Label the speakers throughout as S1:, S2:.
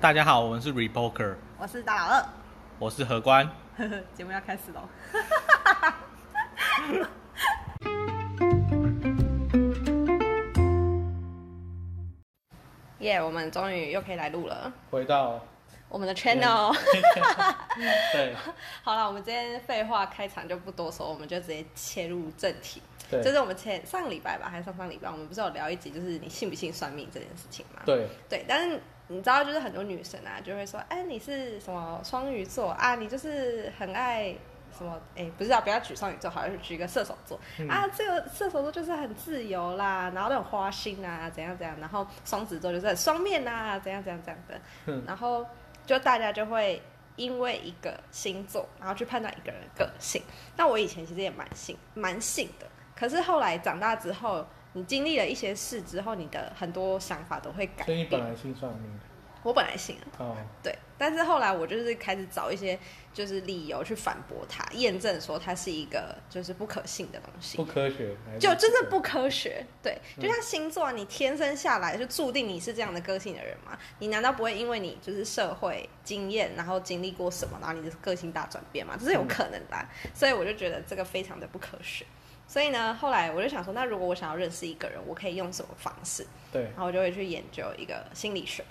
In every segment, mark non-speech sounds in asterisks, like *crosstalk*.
S1: 大家好，我们是 Repoker，
S2: 我是大老二
S1: 我是何官。
S2: 呵呵， *laughs* 节目要开始喽。耶我们终于又可以来录了，
S1: 回到
S2: 我们的 channel。 *laughs*
S1: 对
S2: 好了，我们今天废话开场就不多说，我们就直接切入正题。
S1: 对
S2: 这是我们前上个礼拜吧，还是上上礼拜，我们不是有聊一集，就是你信不信算命这件事情吗？
S1: 对
S2: 对，但是你知道，就是很多女生啊，就会说，哎，你是什么双鱼座啊？你就是很爱什么？哎，不知道，不要举双鱼座，好像是举一个射手座、
S3: 嗯
S2: 啊。这个射手座就是很自由啦，然后很花心啊，怎样怎样，然后双子座就是很双面啊，怎样怎样怎样的。
S1: 嗯
S2: 然后就大家就会因为一个星座，然后去判断一个人的个性。那我以前其实也蛮信蛮信的，可是后来长大之后。你经历了一些事之后，你的很多想法都会改
S3: 所以你
S2: 变。
S3: 本来心算命
S2: 我本来信啊，
S3: 哦，
S2: 对，但是后来我就是开始找一些就是理由去反驳他，验证说他是一个就是不可信的东西
S3: 不，科学，还是
S2: 就真的
S3: 不
S2: 不科学。对，就像星座啊，你天生下来就注定你是这样的个性的人嘛？你难道不会因为你就是社会经验，然后经历过什么，然后你的个性大转变嘛？这是有可能的啊、所以我就觉得这个非常的不科学。所以呢，后来我就想说，那如果我想要认识一个人，我可以用什么方式？
S3: 对
S2: 然后我就会去研究一个心理学。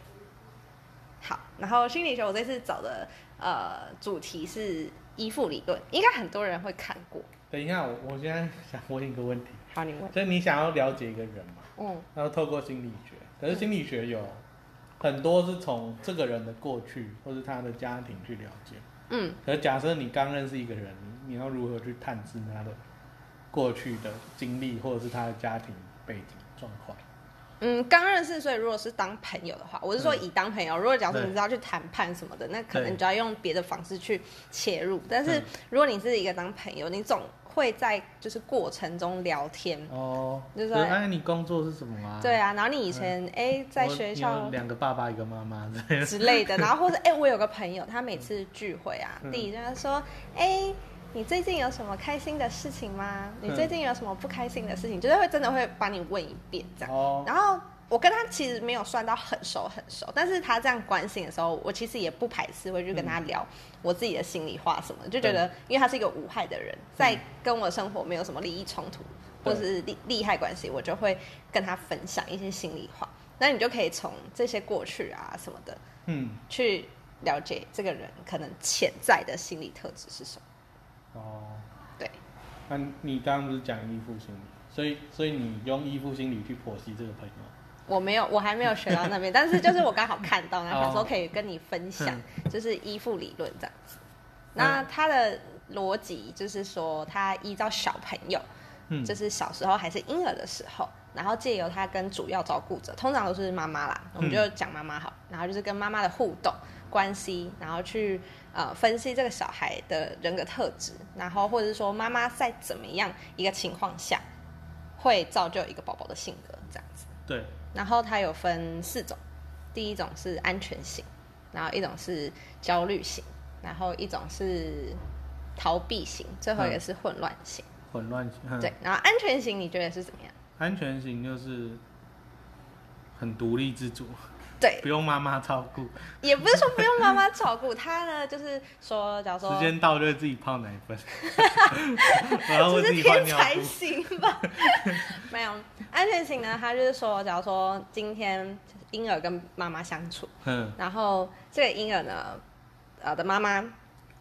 S2: 好，然后心理学我这次找的呃主题是依附理论，应该很多人会看过。
S3: 等一下，我我现在想问一个问题， *laughs*
S2: 好，你问，
S3: 就是你想要了解一个人嘛，
S2: 嗯，
S3: 然后透过心理学，可是心理学有很多是从这个人的过去或是他的家庭去了解，
S2: 嗯，
S3: 可是假设你刚认识一个人，你你要如何去探知他的过去的经历或者是他的家庭背景状况？
S2: 嗯，刚认识，所以如果是当朋友的话，我是说
S3: 嗯
S2: 以当朋友。如果假设
S3: 对
S2: 你知道去谈判什么的，那可能
S3: 对
S2: 你就要用别的方式去切入。但是
S3: 嗯
S2: 如果你是一个当朋友，你总会在就是过程中聊天。
S3: 哦，
S2: 就是
S3: 可哎，你工作是什么啊？
S2: 对啊，然后你以前哎、在
S3: 我
S2: 学
S3: 你
S2: 校
S3: 有两个爸爸一个妈妈之类的，
S2: 之类
S3: *laughs*
S2: 的，然后或者哎、我有个朋友，他每次聚会啊，
S3: 嗯
S2: 第一就他说，哎、你最近有什么开心的事情吗？
S3: 嗯
S2: 你最近有什么不开心的事情？就是会真的会把你问一遍这样。
S3: 哦，
S2: 然后我跟他其实没有算到很熟很熟，但是他这样关心的时候，我其实也不排斥会去
S3: 嗯
S2: 跟他聊我自己的心里话什么的，就觉得因为他是一个无害的人，在跟我生活没有什么利益冲突或
S3: 对
S2: 是利利害关系，我就会跟他分享一些心里话。那你就可以从这些过去啊什么的，
S3: 嗯。
S2: 去了解这个人可能潜在的心理特质是什么。
S3: 哦，
S2: 对，
S3: 那你刚刚不是讲依附心理，所以所以你用依附心理去剖析这个朋友，
S2: 我没有，我还没有学到那边，但是就是我刚好看到，然后想说
S3: 哦嗯
S2: 可以跟你分享，就是依附理论这样子。那它的逻辑就是说，它依照小朋友，
S3: 嗯
S2: 就是小时候还是婴儿的时候，然后借由他跟主要照顾者，通常都是妈妈啦，我们就讲妈妈好，然后就是跟妈妈的互动关系，然后去呃分析这个小孩的人格特质，然后或者是说妈妈在怎么样一个情况下会造就一个宝宝的性格这样子。
S3: 对，
S2: 然后它有分四种，第一种是安全型，然后一种是焦虑型，然后一种是逃避型，最后一个是混乱型。
S3: 混乱型，哼
S2: 对，，然后安全型你觉得是怎么样？
S3: 安全型就是很独立自主，
S2: 对，
S3: 不用妈妈照顾，
S2: 也不是说不用妈妈照顾他呢，就是说，假如说
S3: 时间到就会自己泡奶
S2: *laughs*
S3: 粉，然后
S2: 这
S3: 会自
S2: 是
S3: 己换
S2: 天
S3: 尿
S2: 才
S3: 布，
S2: 型吧？ *laughs* 没有安全型呢，他就是说，假如说今天婴儿跟妈妈相处，
S3: 嗯，
S2: 然后这个婴儿呢，呃的妈妈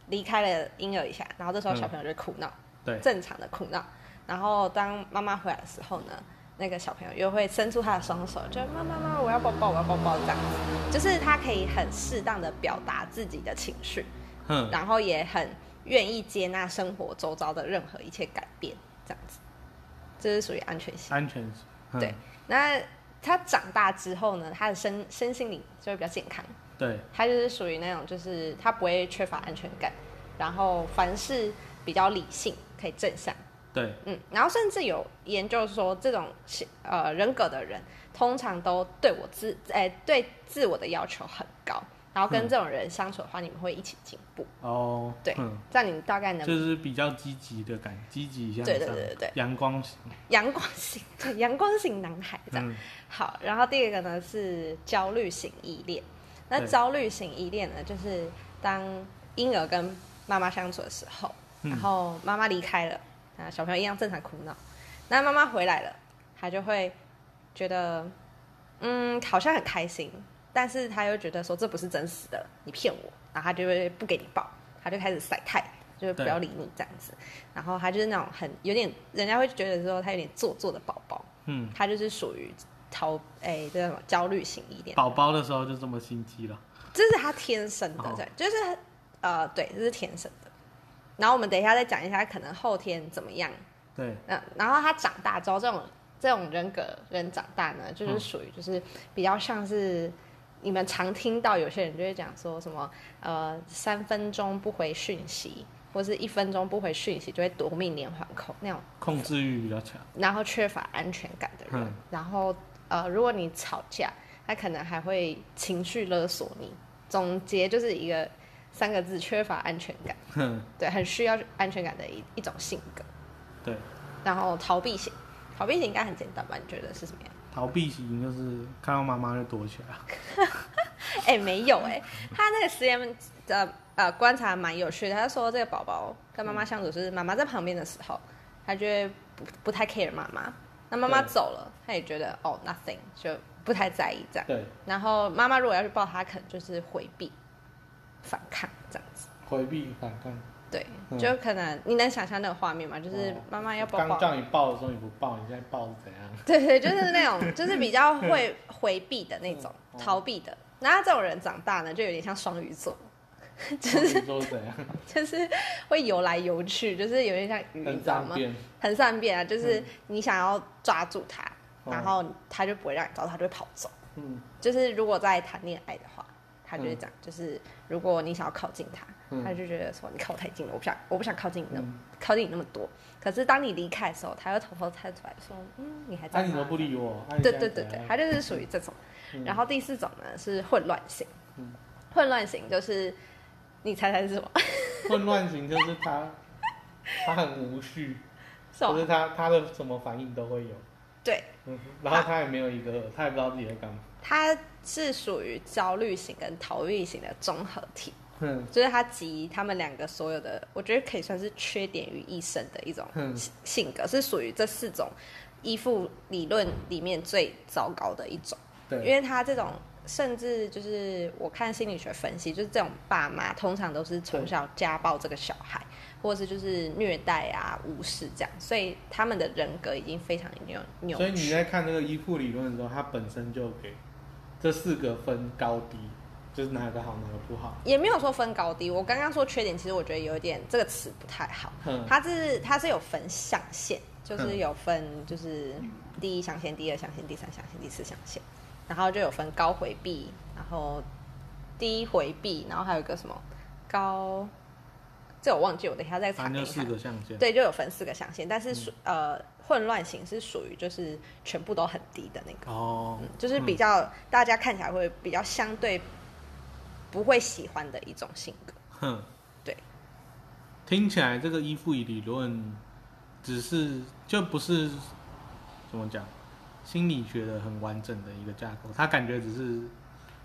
S2: 离开了婴儿一下，然后这
S3: 嗯
S2: 时候小朋友就哭闹，
S3: 对，
S2: 正常的哭闹。然后当妈妈回来的时候呢，那个小朋友又会伸出他的双手，就妈妈妈妈我要抱抱我要抱抱这样子，就是他可以很适当的表达自己的情绪，
S3: 嗯，
S2: 然后也很愿意接纳生活周遭的任何一切改变，这样子，这是属于安全性。
S3: 安全型，嗯
S2: 对那他长大之后呢，他的身身心灵就会比较健康。
S3: 对，
S2: 他就是属于那种，就是他不会缺乏安全感，然后凡事比较理性，可以正向，
S3: 对，
S2: 嗯，然后甚至有研究说，这种呃人格的人，通常都对我自哎、对自我的要求很高，然后跟
S3: 嗯
S2: 这种人相处的话，你们会一起进步，
S3: 哦，
S2: 对
S3: 嗯，
S2: 这样你大概能
S3: 就是比较积极的感，积极向上，
S2: 对对对对对
S3: 阳光型，
S2: 阳光型对阳光型男孩这样。
S3: 嗯，
S2: 好，然后第二个呢是焦虑型依恋，那
S3: 对
S2: 焦虑型依恋呢，就是当婴儿跟妈妈相处的时候，
S3: 嗯
S2: 然后妈妈离开了，啊，小朋友一样正常哭闹，那妈妈回来了，他就会觉得，嗯，好像很开心，但是他又觉得说这不是真实的，你骗我，然后他就会不给你抱，他就开始晒太，就是不
S3: 对
S2: 要理你这样子，然后他就是那种很有点，人家会觉得说他有点做作的宝宝，
S3: 嗯，
S2: 他就是属于逃，哎、这叫什么焦虑型依恋，
S3: 宝宝的时候就这么心机了，
S2: 这是他天生的，
S3: 哦
S2: 对，就是呃，对，这是天生的。然后我们等一下再讲一下，可能后天怎么样。
S3: 对，
S2: 嗯，然后他长大之后，这种这种人格人长大呢，就是属于就是比较像是你们常听到有些人就会讲说什么呃三分钟不回讯息，或是一分钟不回讯息就会夺命连环扣那种，
S3: 控制欲比较强，
S2: 然后缺乏安全感的人。
S3: 嗯
S2: 然后呃，如果你吵架，他可能还会情绪勒索你。总结就是一个三个字：缺乏安全感。
S3: 哼，
S2: 对，很需要安全感的一一种性格。
S3: 对，
S2: 然后逃避型，逃避型应该很简单吧？你觉得是什么样？
S3: 逃避型就是看到妈妈就躲起来，
S2: *laughs* 哎、没有哎、他那个实验的呃观察蛮有趣的。他说这个宝宝跟妈妈相处，就是妈妈在旁边的时候，他就会不不太 care 妈妈。那妈妈
S3: 对
S2: 走了，他也觉得哦 nothing，就不太在意这
S3: *laughs*
S2: 样。
S3: 对，
S2: 然后妈妈如果要去抱他，可能就是回避、反抗这样子。
S3: 回避反抗，
S2: 对，
S3: 嗯
S2: 就可能你能想象那个画面吗？就是
S3: 哦
S2: 妈妈要抱
S3: 刚
S2: 抱，
S3: 叫你抱的时候你不抱，你现在抱是怎样？
S2: 对对，就是那种就是比较会回避的那种、
S3: 嗯哦
S2: 逃避的。然后这种人长大呢，就有点像双鱼座，
S3: 就是说怎样？
S2: 就是会游来游去，就是有点像鱼，你
S3: 很
S2: 知道
S3: 脏
S2: 吗？
S3: 变，
S2: 很善变啊，就是
S3: 嗯
S2: 你想要抓住他，
S3: 哦
S2: 然后他就不会让你抓住，他就会跑走。
S3: 嗯
S2: 就是如果在谈恋爱的话，他就是这样，就是如果你想要靠近他，
S3: 嗯
S2: 他就觉得说你靠我太近了，我不想，我不想靠近你那么、
S3: 嗯，
S2: 靠近你那么多。可是当你离开的时候，他又偷偷探出来说，嗯，你还
S3: 那
S2: 在
S3: 啊你
S2: 吗？
S3: 怎么不理我？啊
S2: 对对对对，，他就是属于这种。
S3: 你现在怎样
S2: 然后第四种呢是混乱型，
S3: 嗯
S2: 混乱型就是你猜猜是什么？ *laughs*
S3: 嗯混乱型就是他，他很无序，
S2: 是
S3: 就是
S2: 吗？
S3: 他他的什么反应都会有，
S2: 啊对，
S3: 嗯，然后他也没有一个，他也不知道自己在干嘛，
S2: 它是属于焦虑型跟逃避型的综合体，
S3: 嗯
S2: 就是它集他们两个所有的，我觉得可以算是缺点于一身的一种
S3: 嗯
S2: 性性格，是属于这四种依附理论里面最糟糕的一种。因
S3: 对，
S2: 为他这种，甚至就是我看心理学分析，就是这种爸妈通常都是从小家暴这个小孩，或者是就是虐待啊、无视这样，所以他们的人格已经非常扭
S3: 所以
S2: 扭
S3: 你
S2: 曲。
S3: 在看那个依附理论的时候，它本身就给这四个分高低，就是哪个好哪个不好，
S2: 也没有说分高低，我刚刚说缺点，其实我觉得有一点这个词不太好。
S3: 嗯
S2: 它是它是有分象限，就是
S3: 嗯
S2: 有分就是第一象限、第二象限、第三象限、第四象限，然后就有分高回避，然后低回避，然后还有一个什么高，这我忘记，我等一下再查
S3: 反正
S2: 一
S3: 就四
S2: 下。
S3: 个嗯象限，
S2: 对，就有分四个象限，但是属、呃混乱型是属于就是全部都很低的那个，
S3: 哦
S2: 嗯，就是比较、大家看起来会比较相对不会喜欢的一种性格。
S3: 哼，
S2: 对，
S3: 听起来这个依附理论只是就不是怎么讲心理学的很完整的一个架构，它感觉只是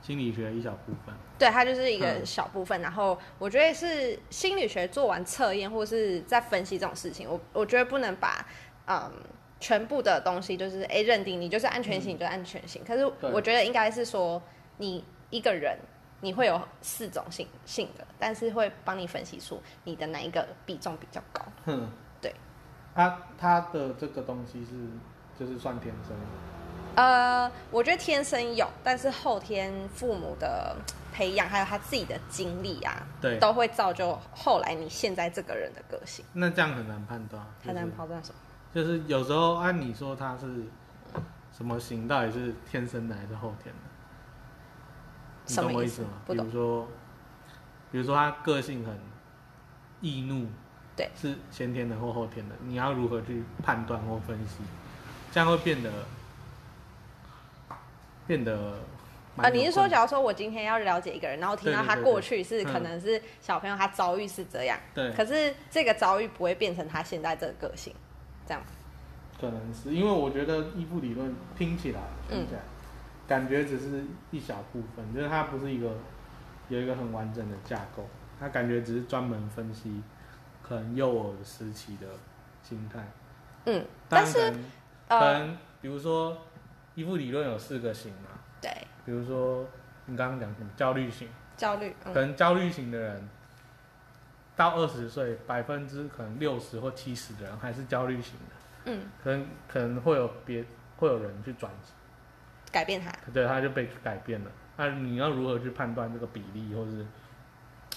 S3: 心理学的一小部分。
S2: 对，它就是一个
S3: 嗯
S2: 小部分。然后我觉得是心理学做完测验或是在分析这种事情，我我觉得不能把嗯全部的东西就是哎认定你就是安全型，你就是安全型。可是
S3: 嗯对
S2: 我觉得应该是说你一个人。你会有四种性性格，但是会帮你分析出你的哪一个比重比较高。
S3: 哼，
S2: 对，
S3: 它它啊的这个东西是就是算天生的，
S2: 呃，我觉得天生有，但是后天父母的培养，还有他自己的经历啊，
S3: 对
S2: 都会造就后来你现在这个人的个性。
S3: 那这样很难判断，啊就
S2: 很
S3: 是
S2: 难判断什么。
S3: 就是有时候按你说它是什么型，到底是天生的还是后天的？你
S2: 什么
S3: 懂我
S2: 意
S3: 意
S2: 思
S3: 思吗？
S2: 不
S3: 比
S2: 懂
S3: 如说，比如说他个性很易怒，
S2: 对，
S3: 是先天的或后天的，你要如何去判断或分析？这样会变得变得
S2: 啊，
S3: 蛮有
S2: 你是说，
S3: 困
S2: 假如说我今天要了解一个人，然后听到
S3: 对对
S2: 他
S3: 对
S2: 过
S3: 对
S2: 去是
S3: 嗯
S2: 可能是小朋友他遭遇是这样，
S3: 对
S2: 可是这个遭遇不会变成他现在这个个性，这样
S3: 可能是因为我觉得依附理论听起来
S2: 嗯
S3: 听起来，感觉只是一小部分，就是它不是一个有一个很完整的架构，它感觉只是专门分析可能幼儿时期的心态。
S2: 嗯，
S3: 当
S2: 但
S3: 然
S2: 是
S3: 可能可
S2: 呃，
S3: 能比如说依附理论有四个型嘛，
S2: 对，
S3: 比如说你刚刚讲什么焦虑型，
S2: 焦虑，
S3: 可
S2: 嗯，
S3: 能焦虑型的人到二十岁，百分之可能六十或七十的人还是焦虑型的，
S2: 嗯，
S3: 可能可能会有别会有人去转型。
S2: 改变它。
S3: 对，他就被改变了。那你要如何去判断这个比例，或是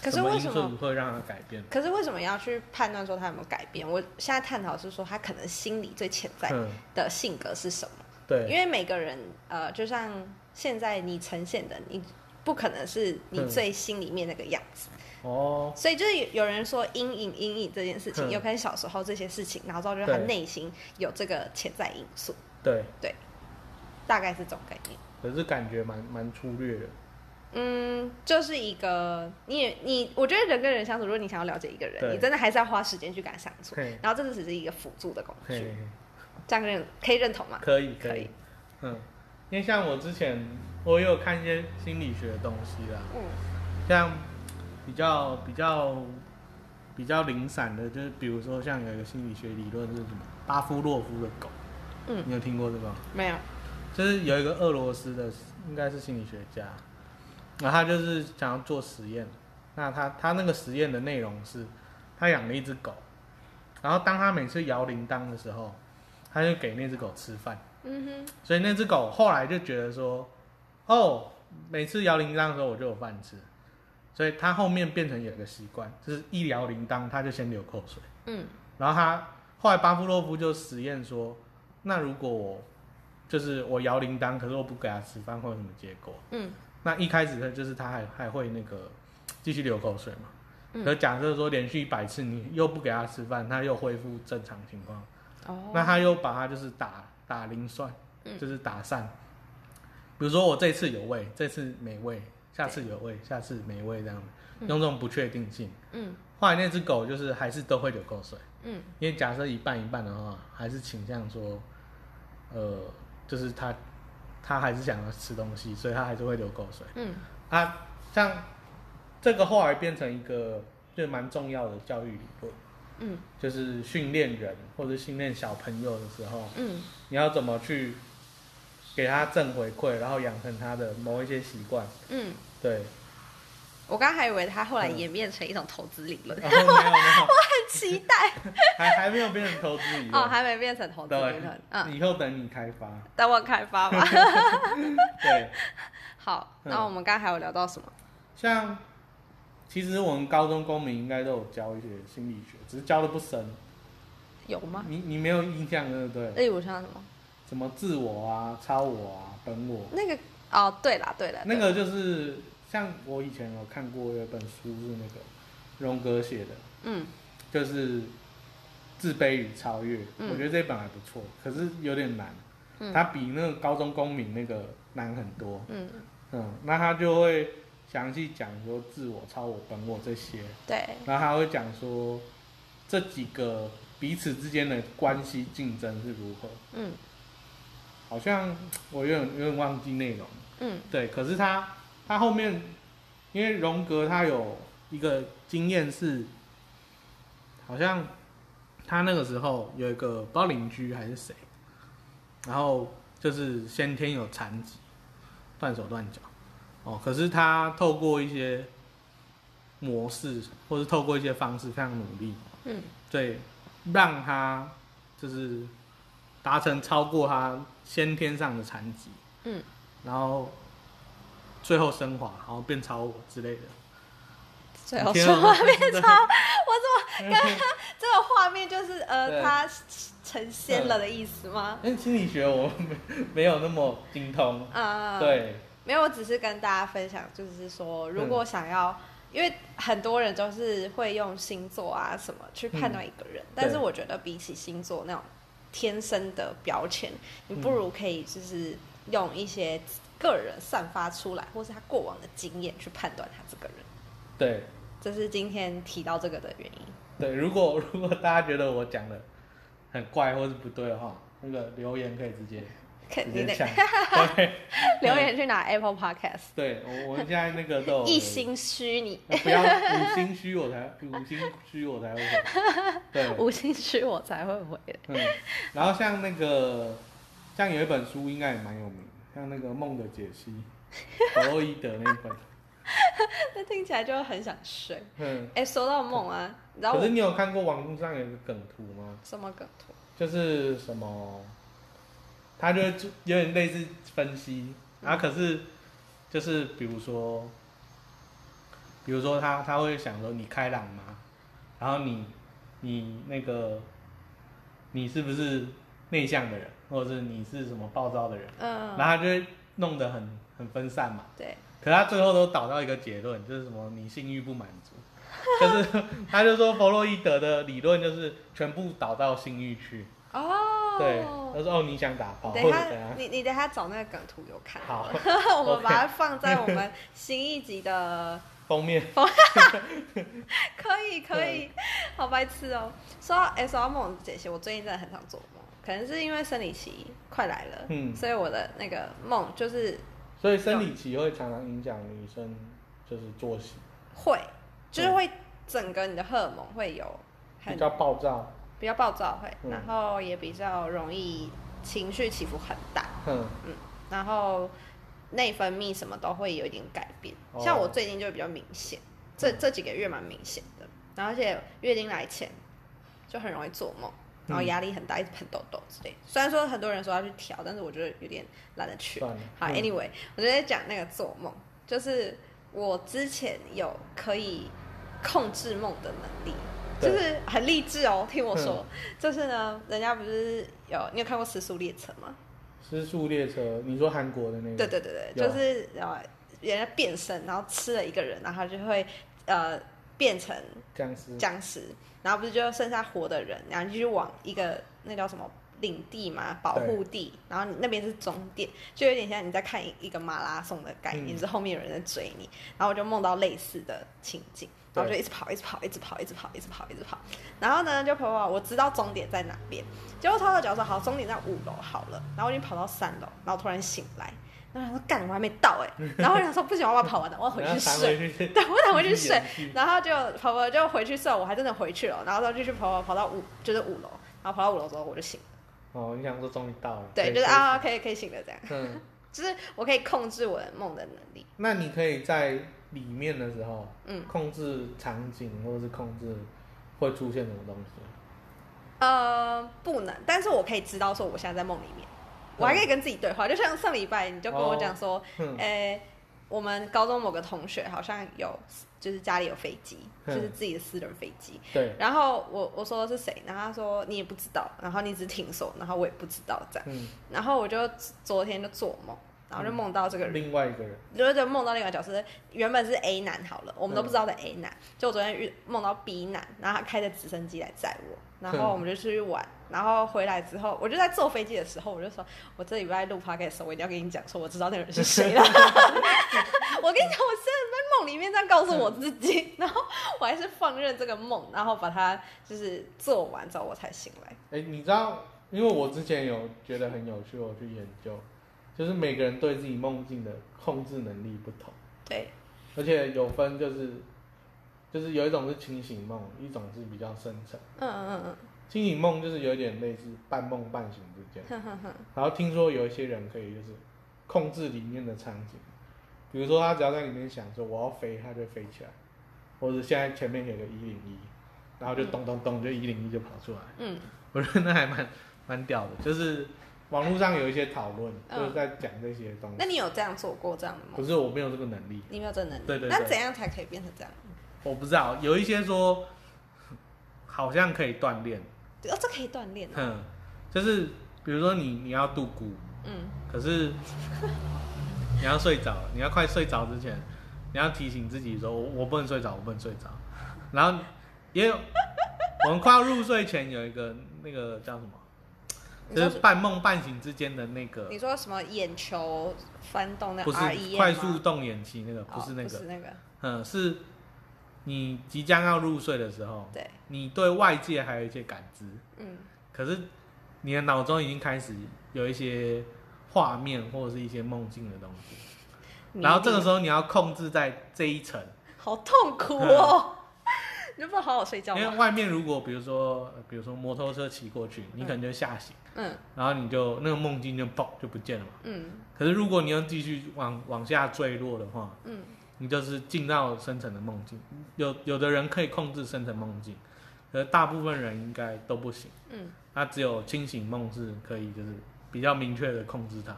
S2: 可是
S3: 什么
S2: 为
S3: 因
S2: 什
S3: 素
S2: 么？
S3: 会让它改变？
S2: 可是为什么要去判断说他有没有改变？我现在探讨的是说他可能心里最潜在
S3: 嗯，
S2: 的性格是什么。因
S3: 对，
S2: 为每个人呃，就像现在你呈现的，你不可能是你
S3: 嗯
S2: 最心里面那个样子，
S3: 哦，
S2: 所以就是有有人说阴影阴影这件事情，
S3: 嗯
S2: 有可能小时候这些事情，然后造就他
S3: 对
S2: 内心有这个潜在因素，
S3: 对，
S2: 大概是这种概念。
S3: 可是感觉蛮蛮粗略的。
S2: 嗯，就是一个你也你，我觉得人跟人相处，如果你想要了解一个人，
S3: 对
S2: 你真的还是要花时间去跟他相处
S3: 嘿，
S2: 然后这只是一个辅助的工
S3: 嘿
S2: 具，
S3: 嘿，
S2: 这样认可以认同吗？
S3: 可以
S2: 可
S3: 可
S2: 以
S3: 以，嗯，因为像我之前我也有看一些心理学的东西啦，
S2: 嗯
S3: 像比较比较比较零散的，就是比如说像有一个心理学理论是什么巴夫洛夫的狗，
S2: 嗯
S3: 你有听过这个吗？
S2: 没有，
S3: 就是有一个俄罗斯的，应该是心理学家，然后他就是想要做实验。那他他那个实验的内容是，他养了一只狗，然后当他每次摇铃铛的时候，他就给那只狗吃饭。
S2: 嗯
S3: 所以那只狗后来就觉得说，哦，每次摇铃铛的时候我就有饭吃，所以它后面变成有一个习惯，就是一摇铃铛它就先流口水。
S2: 哼，嗯
S3: 然后他后来巴夫洛夫就实验说，那如果我就是我摇铃铛，可是我不给他吃饭，会有什么结果？
S2: 嗯
S3: 那一开始他就是他还还会那个继续流口水嘛。
S2: 嗯
S3: 可假设说连续一百次你又不给他吃饭，他又恢复正常情况，
S2: 哦，
S3: 那他又把它就是打打零算，
S2: 嗯
S3: 就是打散。比如说我这次有喂，这次没喂，下次有喂，下次没喂这样，
S2: 嗯
S3: 用这种不确定性。
S2: 嗯
S3: 后来那只狗就是还是都会流口水。
S2: 嗯
S3: 因为假设一半一半的话，还是倾向说，呃，就是他他还是想要吃东西，所以他还是会流口水。
S2: 嗯
S3: 啊，像这个后来变成一个就蛮重要的教育理论，
S2: 嗯
S3: 就是训练人或者训练小朋友的时候，
S2: 嗯
S3: 你要怎么去给他正回馈，然后养成他的某一些习惯。
S2: 嗯， *laughs*
S3: 对，
S2: 我刚还以为他后
S3: 嗯
S2: 来演变成一种投资理
S3: *laughs*
S2: 论，
S3: 然后没有没有，
S2: 很期待
S3: 还还没有变成投资理
S2: 哦，
S3: 论。
S2: 还没变成投资理论，嗯，
S3: 对，以后等你开
S2: *laughs*
S3: 发。
S2: 等我开
S3: *laughs*
S2: 发吧。
S3: 对。
S2: 好，
S3: 嗯
S2: 那我们刚才还有聊到什么？
S3: 像其实我们高中公民应该都有教一些心理学，只是教的不深。
S2: 有吗？哎
S3: 你你没有印象对不对？
S2: 例如像什么？
S3: 什么自我啊、超我啊、本我，
S2: 那个哦，对啦对啦，
S3: 那
S2: 对
S3: 个就是像我以前有看过有一本书是那个荣格写的，
S2: 嗯
S3: 就是《自卑与超越》，
S2: 嗯
S3: 我觉得这本还不错，可是有点难，
S2: 嗯
S3: 它比那个高中公民那个难很多。
S2: 嗯，
S3: 嗯，那他就会详细讲说自我、超我、本我这些。
S2: 对，
S3: 然后他会讲说这几个彼此之间的关系竞争是如何，
S2: 嗯
S3: 好像我有点有点忘记内容。
S2: 嗯
S3: 对，可是他他后面因为荣格他有一个经验是，好像他那个时候有一个不知道邻居还是谁，然后就是先天有残疾，断手断脚，哦，可是他透过一些模式或是透过一些方式非常努力，
S2: 嗯
S3: 对，让他就是达成超过他先天上的残疾，
S2: 嗯，
S3: 然后最后升华，然后变超我之类的。
S2: 最后
S3: 你听
S2: 说
S3: 了吗
S2: 话
S3: *laughs*
S2: 变超，我怎么
S3: 哎、
S2: 这个画面就是呃，
S3: 对
S2: 他成仙了的意思吗？
S3: 心理学我没没有那么精通，
S2: 啊，，
S3: 对，
S2: 没有，我只是跟大家分享，就是说，如果想要，因为很多人都是会用星座啊什么去判断一个
S3: 嗯
S2: 人，但是我觉得比起星座那种天生的标签，你不如可以就是用一些个人散发出来，或是他过往的经验去判断他这个人。
S3: 对
S2: 这是今天提到这个的原
S3: *laughs*
S2: 因。
S3: 对。如果如果大家觉得我讲的很怪或是不对的话，那个留言可以直接
S2: 肯
S3: 直接
S2: 定得
S3: 抢。对
S2: *laughs* 留言去拿 Apple Podcast，
S3: 对，我我们现在那个都有
S2: 一心虚你，
S3: 不要五星虚我才五星虚我才会回。对，
S2: *laughs* 无心虚我才会回 *laughs* 的。
S3: 嗯，然后像那个像有一本书应该也蛮有名，像那个《梦的解析》，弗洛伊德那一本。
S2: 那听起来就会很想睡。
S3: 嗯，
S2: 哎、说到梦啊，你知道
S3: 可
S2: 我
S3: 是你有看过网络上有一个梗图吗？
S2: 什么梗图？
S3: 就是什么，他就就有点类似分析，然
S2: 嗯
S3: 后可是就是比如说，比如说他他会想说你开朗吗？然后你你那个你是不是内向的人，或者是你是什么暴躁的人？然后
S2: 嗯，
S3: 他就会弄得很很分散嘛。
S2: 对，
S3: 可他最后都导到一个结论，就是什么你性欲不满足，就是他就说弗洛伊德的理论就是全部导到性欲去。
S2: 哦，
S3: 对，他说哦你想打炮
S2: 你
S3: 或
S2: 等一
S3: 者
S2: 下
S3: 怎样，，
S2: 你你等一下找那个梗图有看，
S3: 好，
S2: *laughs* 我们
S3: OK
S2: 把它放在我们新一集 *laughs* 的，
S3: 封面
S2: 可以可以，好白痴哦、说到 S R 梦解析，我最近真的很常做梦，可能是因为生理期快来了，
S3: 嗯
S2: 所以我的那个梦就是
S3: 所以生理期会常常影响女生就是作息，
S2: 会，就是会整个你的荷尔蒙会有
S3: 比
S2: 很
S3: 较暴躁，
S2: 比较暴躁会，
S3: 嗯
S2: 然后也比较容易情绪起伏很大，
S3: 哼，
S2: 然后内分泌什么都会有一点改变。
S3: 哦嗯
S2: 像我最近就比较明显，这这几个月蛮明显的。然后而且月经来前就很容易做梦，
S3: 嗯
S2: 然后压力很大，一直喷痘痘之类的。虽然说很多人说要去调，但是我觉得有点懒得去。
S3: 算了。
S2: 好
S3: 嗯
S2: ，anyway，我就在讲那个做梦，就是我之前有可以控制梦的能力，就
S3: 对嗯
S2: 是很励志哦。听我说，就是呢，人家不是有你有看过《时速列车》吗？
S3: 失速列车，你说韩国的那个，
S2: 对对对对，
S3: 有啊
S2: 就是呃，人家变身，然后吃了一个人，然后他就会呃变成
S3: 僵尸，
S2: 僵尸，然后不是就剩下活的人，然后就去往一个那叫什么领地嘛，保护地，然后你那边是终点，就有点像你在看一一个马拉松的概念，
S3: 嗯
S2: 是后面有人在追你，然后我就梦到类似的情景，然后就一直跑，一直跑，一直跑，一直跑，一直跑，一直跑，然后呢就跑跑，跑我知道终点在哪边，结果偷偷脚说好，终点在五楼好了，然后我已经跑到三楼，然后突然醒来。然后想说干，我还没到哎、然后我想说不行，我要跑完了，我要回
S3: 然后
S2: 去
S3: 弹
S2: 睡。
S3: *laughs* 回去，
S2: 对，我想回去睡
S3: 自己演，戏
S2: 然后就跑跑就回去睡，我还真的回去了，然后就去跑跑跑到五就是五楼，然后跑到五楼之后我就醒了，
S3: 哦，你想说终于到了，
S2: 对，
S3: 可以
S2: 就是
S3: 可以
S2: 啊可以可以醒了这样，
S3: 嗯，
S2: 就是我可以控制我的梦的能力，
S3: 那你可以在里面的时候，
S2: 嗯，
S3: 控制场景或者是控制会出现什么东西，
S2: 呃不能，但是我可以知道说我现在在梦里面，我还可以跟自己对话，就像上礼拜你就跟我讲说，
S3: 哼，
S2: 诶、我们高中某个同学好像有就是家里有飞机，就
S3: 嗯
S2: 是自己的私人飞机，
S3: 对，
S2: 然后我我说是谁，然后他说你也不知道，然后你只听说，然后我也不知道这样。
S3: 嗯，
S2: 然后我就昨天就做梦，然后就梦到这个人，
S3: 另外一个人，
S2: 就是就梦到另外一个角色，原本是 A 男好了，我们都
S3: 嗯
S2: 不知道的 A 男，就我昨天遇梦到 B 男，然后他开着直升机来载我，然后
S3: 嗯
S2: 我们就出去玩，然后回来之后，我就在坐飞机的时候，我就说，我这礼拜录 podcast 我一定要跟你讲，说我知道那个人是谁了。 *laughs* 我跟你讲，我真的在梦里面这样告诉我自己，然后我还是放任这个梦，然后把它就是做完之后我才醒来。
S3: 哎，你知道，因为我之前有觉得很有趣，我去研究，就是每个人对自己梦境的控制能力不同，
S2: 对，
S3: 而且有分就是，就是有一种是清醒梦，一种是比较深层。
S2: 嗯嗯嗯
S3: 清醒梦就是有点类似半梦半醒之
S2: *laughs*
S3: 间，
S2: 嗯，哼哼哼，
S3: 然后听说有一些人可以就是控制里面的场景，比如说他只要在里面想说我要飞，他就飞起来，或者现在前面有个一零一，然后就咚咚咚就一零一就跑出
S2: *laughs*
S3: 来，
S2: 嗯
S3: 我觉得那还蛮蛮屌的，就是网络上有一些讨论，
S2: 嗯
S3: 就是在讲这些东
S2: 那
S3: 西。
S2: 你有这样做过这样的梦吗
S3: 可？是我没有这个能力，
S2: 你没有这能力，
S3: 对对对
S2: 那怎样才可以变成这样？
S3: 我不知道有一些说好像可以锻炼，
S2: 哦，这可以锻炼哦。
S3: 哼，就是比如说你你要度孤，
S2: 嗯，
S3: 可是 *laughs* 你要睡着，你要快睡着之前，你要提醒自己说，我我不能睡着，我不能睡着。然后也有我们快要入睡前有一个那个叫什么，
S2: 你
S3: 就
S2: 说
S3: 是
S2: 什
S3: 半梦半醒之间的那个
S2: 你，说什么眼球翻动那
S3: 不是
S2: R E 哦
S3: 快速动眼期那个，不是那
S2: 不是
S3: 个，
S2: 那个，
S3: 嗯，是你即将要入睡的时候，
S2: 对，
S3: 你对外界还有一些感知，
S2: 嗯
S3: 可是你的脑中已经开始有一些画面或者是一些梦境的东西，
S2: 迷
S3: 然后这个
S2: 恋
S3: 时候你要控制在这一层，
S2: 好痛苦哦， *laughs* 你就不能好好睡觉
S3: 因为
S2: 吗？
S3: 外面如果比如说呃比如说摩托车骑过去，你可能就吓醒，
S2: 嗯
S3: 然后你就那个梦境就嘣就不见了嘛。
S2: 嗯
S3: 可是如果你要继续往往下坠落的话，
S2: 嗯，
S3: 你就是进到深层的梦境。有有的人可以控制深层梦境，可是大部分人应该都不行。
S2: 嗯，
S3: 他只有清醒梦是可以，就是比较明确的控制它。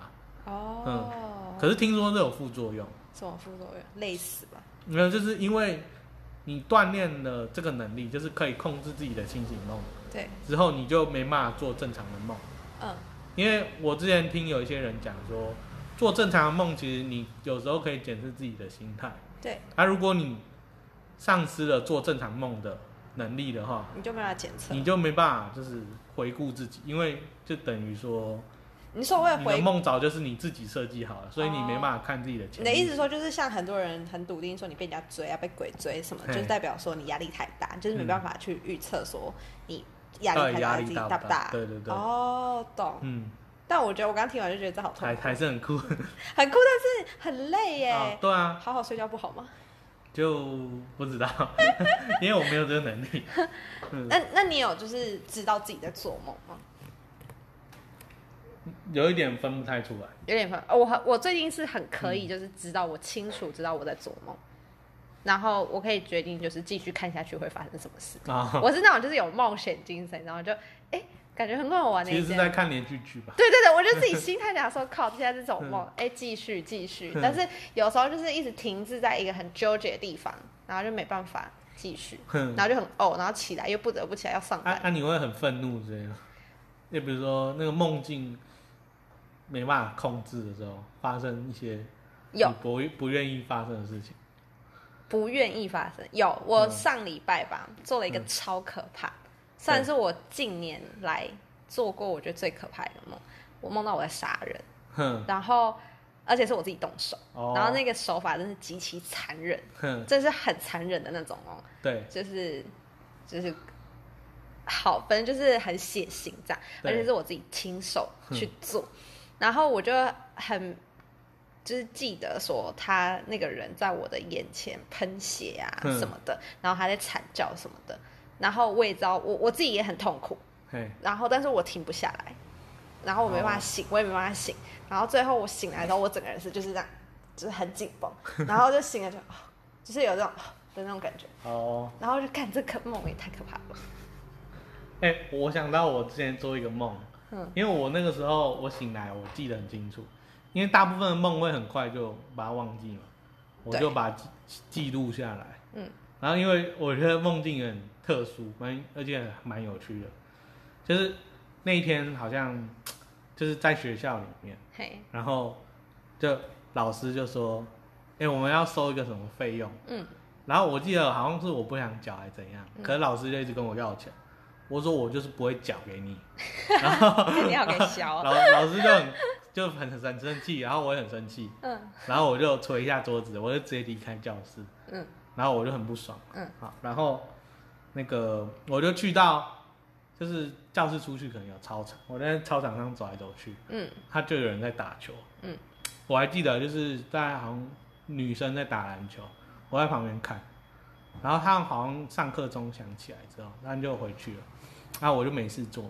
S2: 哦，
S3: 可是听说这有副作用，
S2: 什么副作用？累死吧？
S3: 没有，就是因为你锻炼了这个能力，就是可以控制自己的清醒梦
S2: 对，
S3: 之后，你就没办法做正常的梦。
S2: 嗯
S3: 因为我之前听有一些人讲说，做正常的梦，其实你有时候可以检视自己的心态。
S2: 对，
S3: 啊，如果你丧失了做正常梦的能力的话，
S2: 你就没有办法检测。
S3: 你就没办法就是回顾自己，因为就等于说
S2: 你说我也
S3: 你的
S2: 回，
S3: 梦早就是你自己设计好了，所以你没办法看自己的潜
S2: 哦你
S3: 力。
S2: 的意思说就是像很多人很笃定说你被人家追啊，被鬼追什么，
S3: 嘿
S2: 就是代表说你压力太大，就是没
S3: 嗯
S2: 办法去预测说你压
S3: 到底
S2: 力太
S3: 压
S2: 大
S3: 力
S2: 自己
S3: 大
S2: 大
S3: 不
S2: 不
S3: 大？
S2: 大？
S3: 对对对，
S2: 哦，懂。
S3: 嗯，
S2: 但我觉得我刚听完就觉得这好痛
S3: 还
S2: 苦，
S3: 还是很酷。
S2: 很酷，但是很累
S3: 啊
S2: 耶。
S3: 对啊，
S2: 好好睡觉不好吗？
S3: 就不知
S2: *laughs*
S3: 道，因为我没有这个能力。嗯，
S2: 那那你有就是知道自己在做梦吗？
S3: 有一点分不太出来。
S2: 有点烦。哦我很我最近是很可
S3: 嗯
S2: 以，就是知道我清楚知道我在做梦，然后我可以决定就是继续看下去会发生什么事。
S3: *laughs* 啊，
S2: 我是那种就是有冒险精神，然后就哎、诶感觉很好玩的
S3: 其
S2: 一
S3: 实是
S2: 件。
S3: 在看连续剧吧。
S2: 对对对，我就自己心态讲说，靠，现在这
S3: *laughs*
S2: 种梦，哎、继续继续。
S3: 嗯
S2: 但是有时候就是一直停滞在一个很纠结的地方，然后就没办法继续，
S3: 哼
S2: 然后就很哦，然后起来又不得不起来要上
S3: 嗯 *laughs* 啊
S2: 班。
S3: 啊！你会很愤怒之类的，就比如说那个梦境没办法控制的时候，发生一些你
S2: 有
S3: 不不愿意发生的事情。
S2: 不愿意发生。有，我
S3: 嗯
S2: 上礼拜吧、做了一个
S3: 嗯
S2: 超可怕，算
S3: 对
S2: 是我近年来做过我觉得最可怕的梦。我梦到我在杀人，
S3: 哼，
S2: 然后而且是我自己动手，
S3: 哦，
S2: 然后那个手法真是极其残忍，
S3: 哼，
S2: 真是很残忍的那种哦，
S3: 对，
S2: 就是就是。好，反正就是很血腥这样，而
S3: 对
S2: 且是我自己亲手
S3: 哼
S2: 去做，然后我就很就是记得说他那个人在我的眼前喷血啊
S3: 嗯
S2: 什么的，然后他在惨叫什么的，然后我也知道我我自己也很痛苦，
S3: 嘿，
S2: 然后但是我停不下来，然后我没办法
S3: 哦
S2: 醒，我也没办法醒，然后最后我醒来的时候，我整个人是就是这样，就是很紧绷，然后就醒了就，哦就是有这种哦的那种感觉，
S3: 哦，
S2: 然后就看这个梦也太可怕了，
S3: 哎、我想到我之前做一个梦，
S2: 嗯
S3: 因为我那个时候我醒来，我记得很清楚，因为大部分的梦会很快就把它忘记嘛，我
S2: 对
S3: 就把它记记录下来。
S2: 嗯，
S3: 然后因为我觉得梦境很特殊，蛮而且蛮有趣的，就是那一天好像就是在学校里面，
S2: 嘿，
S3: 然后就老师就说，哎、我们要收一个什么费用。
S2: 嗯，
S3: 然后我记得好像是我不想缴还是怎样，可是老师就一直跟我要钱，我说我就是不会缴给你，然后
S2: 你好搞笑
S3: 老
S2: 哦，
S3: 老师就很就很很生气，然后我也很生气，
S2: 嗯
S3: 然后我就捶一下桌子，我就直接离开教室，
S2: 嗯
S3: 然后我就很不爽，
S2: 嗯，
S3: 好，然后那个我就去到就是教室出去可能有操场，我在操场上走来走去，
S2: 嗯
S3: 他就有人在打球，
S2: 嗯，
S3: 我还记得就是大家好像女生在打篮球，我在旁边看，然后他们好像上课钟响起来之后，他们就回去了，然后我就没事做，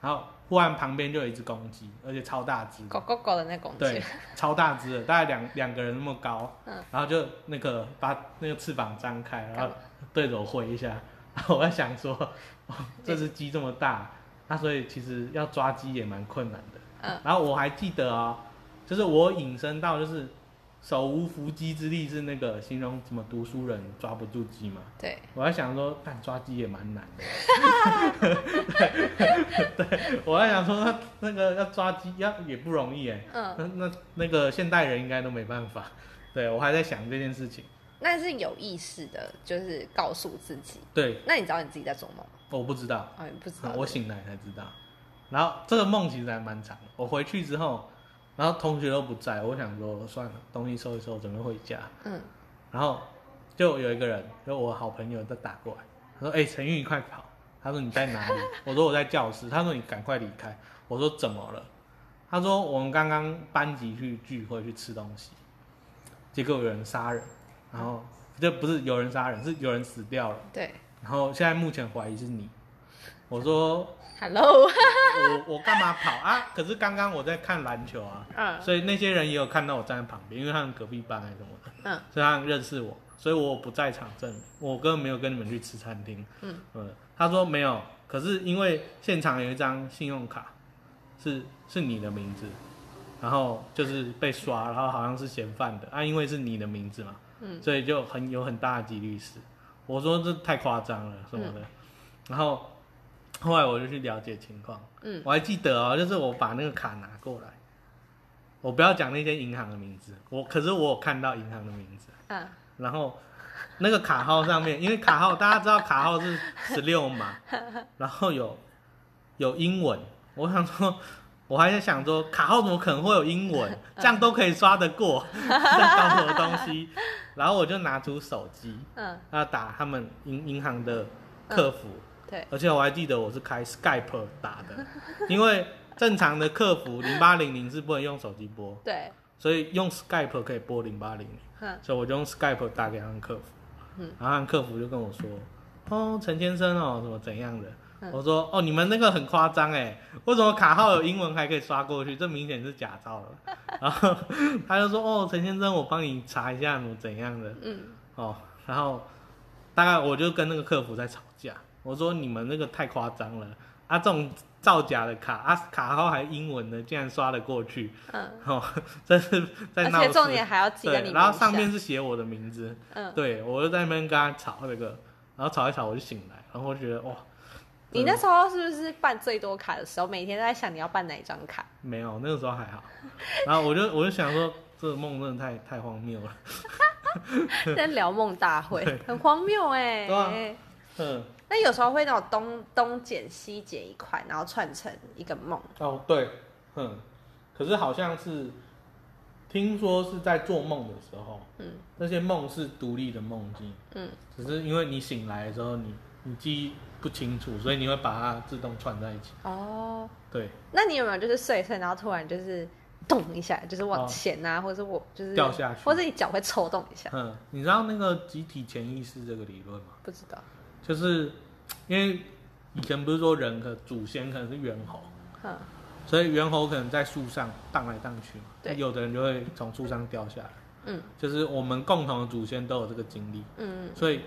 S3: 然后忽然旁边就有一只公鸡，而且超大只，
S2: 狗狗狗的那公
S3: 对
S2: *laughs* 鸡，，
S3: 超大只的，大概两两个人那么高，
S2: 嗯
S3: 然后就那个把那个翅膀张开，然
S2: 干
S3: 后
S2: 嘛
S3: 对着我挥一下， *laughs* 然后我在想说， *laughs* 哦这只鸡这么大，那所以其实要抓鸡也蛮困难的。
S2: 嗯
S3: 然后我还记得哦，就是我引申到就是手无缚鸡之力是那个形容什么读书人抓不住鸡嘛，
S2: 对，
S3: 我在想说，但抓鸡也蛮难的。 *laughs* 对，我在想说，那那个要抓鸡要也不容易哎。
S2: 嗯，
S3: 那那那个现代人应该都没办法。对我还在想这件事情。
S2: 那是有意识的，就是告诉自己。
S3: 对，
S2: 那你知道你自己在做梦吗？
S3: 我不知道，
S2: 哦，你不知道
S3: 啊，我醒来才知道。然后这个梦其实还蛮长的。我回去之后，然后同学都不在，我想说算了，东西收一收，准备回家。
S2: 嗯，
S3: 然后就有一个人，就我好朋友在打过来，他说：“哎、陈玉，你快 *laughs* 跑！”他说：“你在哪里？”我说：“我在教室。”他说：“你赶快离开！”我说：“怎么了？”他他说我们刚刚班级去聚会去吃东西，结果有人杀人，然后这不是有人杀人，是有人死掉了，
S2: 对
S3: 然后现在目前怀疑是你。我说
S2: ，Hello，
S3: 我我干嘛跑啊？可是刚刚我在看篮球啊，
S2: 嗯
S3: 所以那些人也有看到我站在旁边，因为他们隔壁班还是什么的，
S2: 嗯，
S3: 所以他们认识我，所以我不在场证明，我根本没有跟你们去吃餐厅。呃
S2: 嗯
S3: 他说没有，可是因为现场有一张信用卡是是你的名字，然后就是被刷，然后好像是嫌犯的啊，因为是你的名字嘛，
S2: 嗯，
S3: 所以就很有很大的几率是。我说这太夸张了什么
S2: 嗯
S3: 的，然后后来我就去了解情况，
S2: 嗯，
S3: 我还记得哦，就是我把那个卡拿过来，我不要讲那间银行的名字，我可是我有看到银行的名字，
S2: 嗯
S3: 然后那个卡号上面，因为卡号大家知道卡号是十六嘛，然后有有英文，我想说，我还在想说卡号怎么可能会有英文，这样都可以刷得过，在搞什么东西？然后我就拿出手机，
S2: 嗯，
S3: 要打他们银银行的客服，
S2: 对，
S3: 而且我还记得我是开 Skype 打的，因为正常的客服零八零零是不能用手机拨，
S2: 对，
S3: 所以用 Skype 可以拨零八零零。
S2: 嗯
S3: 所以我就用 Skype 打给他们客服，
S2: 嗯
S3: 然后他们客服就跟我说，哦，陈先生哦，什么怎样的？
S2: 嗯
S3: 我说哦，你们那个很夸张哎，为什么卡号有英文还可以刷过去？这明显是假造了。
S2: *laughs*
S3: 然后 *laughs* 他就说哦，陈先生，我帮你查一下怎么怎样的
S2: 嗯
S3: 哦。然后大概我就跟那个客服在吵架，我说你们那个太夸张了啊，这种造假的卡啊，卡号还英文的，竟然刷得过去
S2: 嗯，
S3: 哦， *laughs* 真是在
S2: 而
S3: 闹事。啊
S2: 且重点还要记在
S3: 对，
S2: 你
S3: 然后
S2: 名
S3: 上
S2: 下
S3: 面是写我的名字，
S2: 嗯，
S3: 对我就在那边跟他吵那个，然后吵一吵我就醒来，然后我觉得哇，
S2: 你
S3: 真的
S2: 那时候是不是办最多卡的时候，每天都在想你要办哪一张卡？
S3: 没有那个时候还好，然后我就我就想说这个梦真的太太荒谬 *laughs* 了，
S2: 在聊梦大会，很荒谬哎、
S3: 对嗯，
S2: 那有时候会那种东东剪西剪一块，然后串成一个梦。
S3: 哦对，嗯，可是好像是听说是在做梦的时候，
S2: 嗯
S3: 那些梦是独立的梦境，
S2: 嗯，
S3: 只是因为你醒来的时候你你记忆不清楚，所以你会把它自动串在一起，
S2: 哦，
S3: 对，
S2: 那你有没有就是睡一睡，然后突然就是动一下，就是往前啊，或者是我就是
S3: 掉下去
S2: 或者你脚会抽动一下，
S3: 嗯，你知道那个集体潜意识这个理论吗？
S2: 不知道。
S3: 就是因为以前不是说人的祖先可能是猿猴，
S2: 嗯
S3: 所以猿猴可能在树上荡来荡去嘛，
S2: 对
S3: 有的人就会从树上掉下来。
S2: 嗯
S3: 就是我们共同的祖先都有这个经历，
S2: 嗯
S3: 所以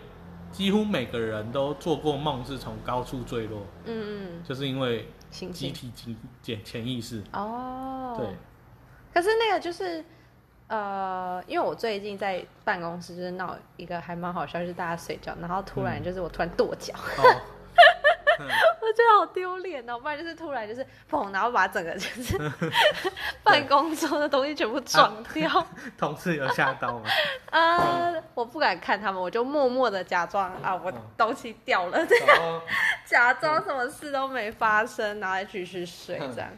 S3: 几乎每个人都做过梦是从高处坠落，
S2: 嗯嗯，
S3: 就是因为
S2: 行
S3: 集
S2: 行。
S3: 体集潜潜意识。
S2: 哦， *laughs*
S3: 对，
S2: 可是那个就是，呃，因为我最近在办公室就是闹一个还蛮好笑，就是大家睡觉，然后突然
S3: 嗯
S2: 就是我突然跺脚，
S3: 哦，嗯
S2: *laughs* 我觉得好丢脸哦，不然就是突然就是 *laughs* 砰，然后把整个就是办公桌的东西全部撞掉。
S3: 同事有吓
S2: *laughs*
S3: 到吗？
S2: 呃，我不敢看他们，我就默默的假装啊，我
S3: 嗯
S2: 东西掉了，
S3: 然后，
S2: 假装什么事都没发生，然后继续睡
S3: 嗯
S2: 这样。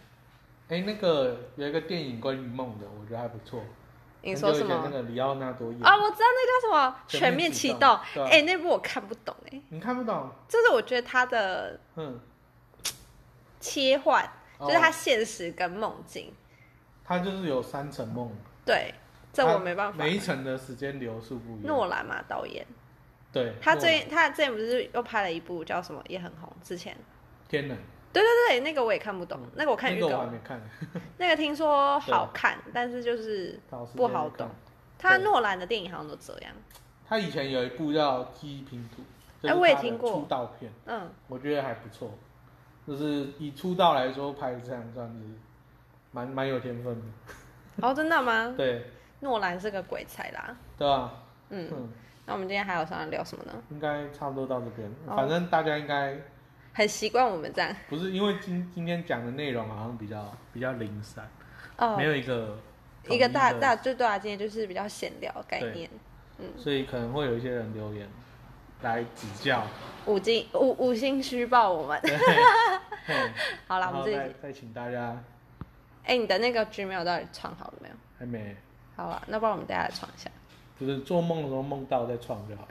S3: 哎、那个有一个电影关于梦的，我觉得还不错。
S2: 你说什
S3: 很久以前那
S2: 么？
S3: 个里奥纳多演的
S2: 啊，我知道那叫什么《全
S3: 全
S2: 面
S3: 面
S2: 启
S3: 启
S2: 动
S3: 动》对啊
S2: 哎、那部我看不懂哎、
S3: 你看不懂，
S2: 就是我觉得它的
S3: 嗯，
S2: 切换，
S3: 哦
S2: 就是它现实跟梦境，
S3: 它就是有三层梦，
S2: 对，这
S3: 它
S2: 我没办法
S3: 每。一层的时间流速不一样。
S2: 诺兰嘛，导演，
S3: 对，
S2: 他
S3: 诺
S2: 最他之前不是又拍了一部叫什么也很红，之前
S3: 天能，
S2: 对对对，那个我也看不懂，那个我
S3: 嗯
S2: 看
S3: 那
S2: 预
S3: 个
S2: 告，
S3: 我还没看，
S2: 那个听说好看，但是就是
S3: 找时间
S2: 不好
S3: 去看
S2: 懂。他
S3: 对
S2: 诺兰的电影好像都这样，
S3: 他以前有一部叫《记忆拼图》，这
S2: 哎
S3: 是
S2: 我也
S3: 他的
S2: 听过
S3: 出道片，
S2: 嗯
S3: 我觉得还不错，就是以出道来说拍的这样算是蛮蛮有天分的，
S2: 哦，真的吗？
S3: 对
S2: 诺兰是个鬼才啦。
S3: 对吧？
S2: 嗯，
S3: 嗯，
S2: 那我们今天还有想要聊什么呢？
S3: 应该差不多到这边，
S2: 哦
S3: 反正大家应该
S2: 很习惯我们这样
S3: 不是因为今今天讲的内容好像比较比较零散，
S2: 哦
S3: 没，有一个
S2: 一个大
S3: 统一的
S2: 大就对啊，今天就是比较闲聊概念，
S3: 所以可能会有一些人留言来指教。
S2: 五金五五星虚报我们。
S3: 对，嘿
S2: *laughs* 好啦，
S3: 然
S2: 我们
S3: 后
S2: 自己
S3: 再再请大家
S2: 哎，你的那个 Gmail 到底创好了没有？
S3: 还没，
S2: 好啊，那不然我们大家来创一下。
S3: 就是做梦的时候梦到再创就好。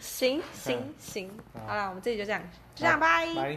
S2: 行行行，
S3: 好
S2: 好啦，我们自己就这样，就这样，拜。
S3: 来。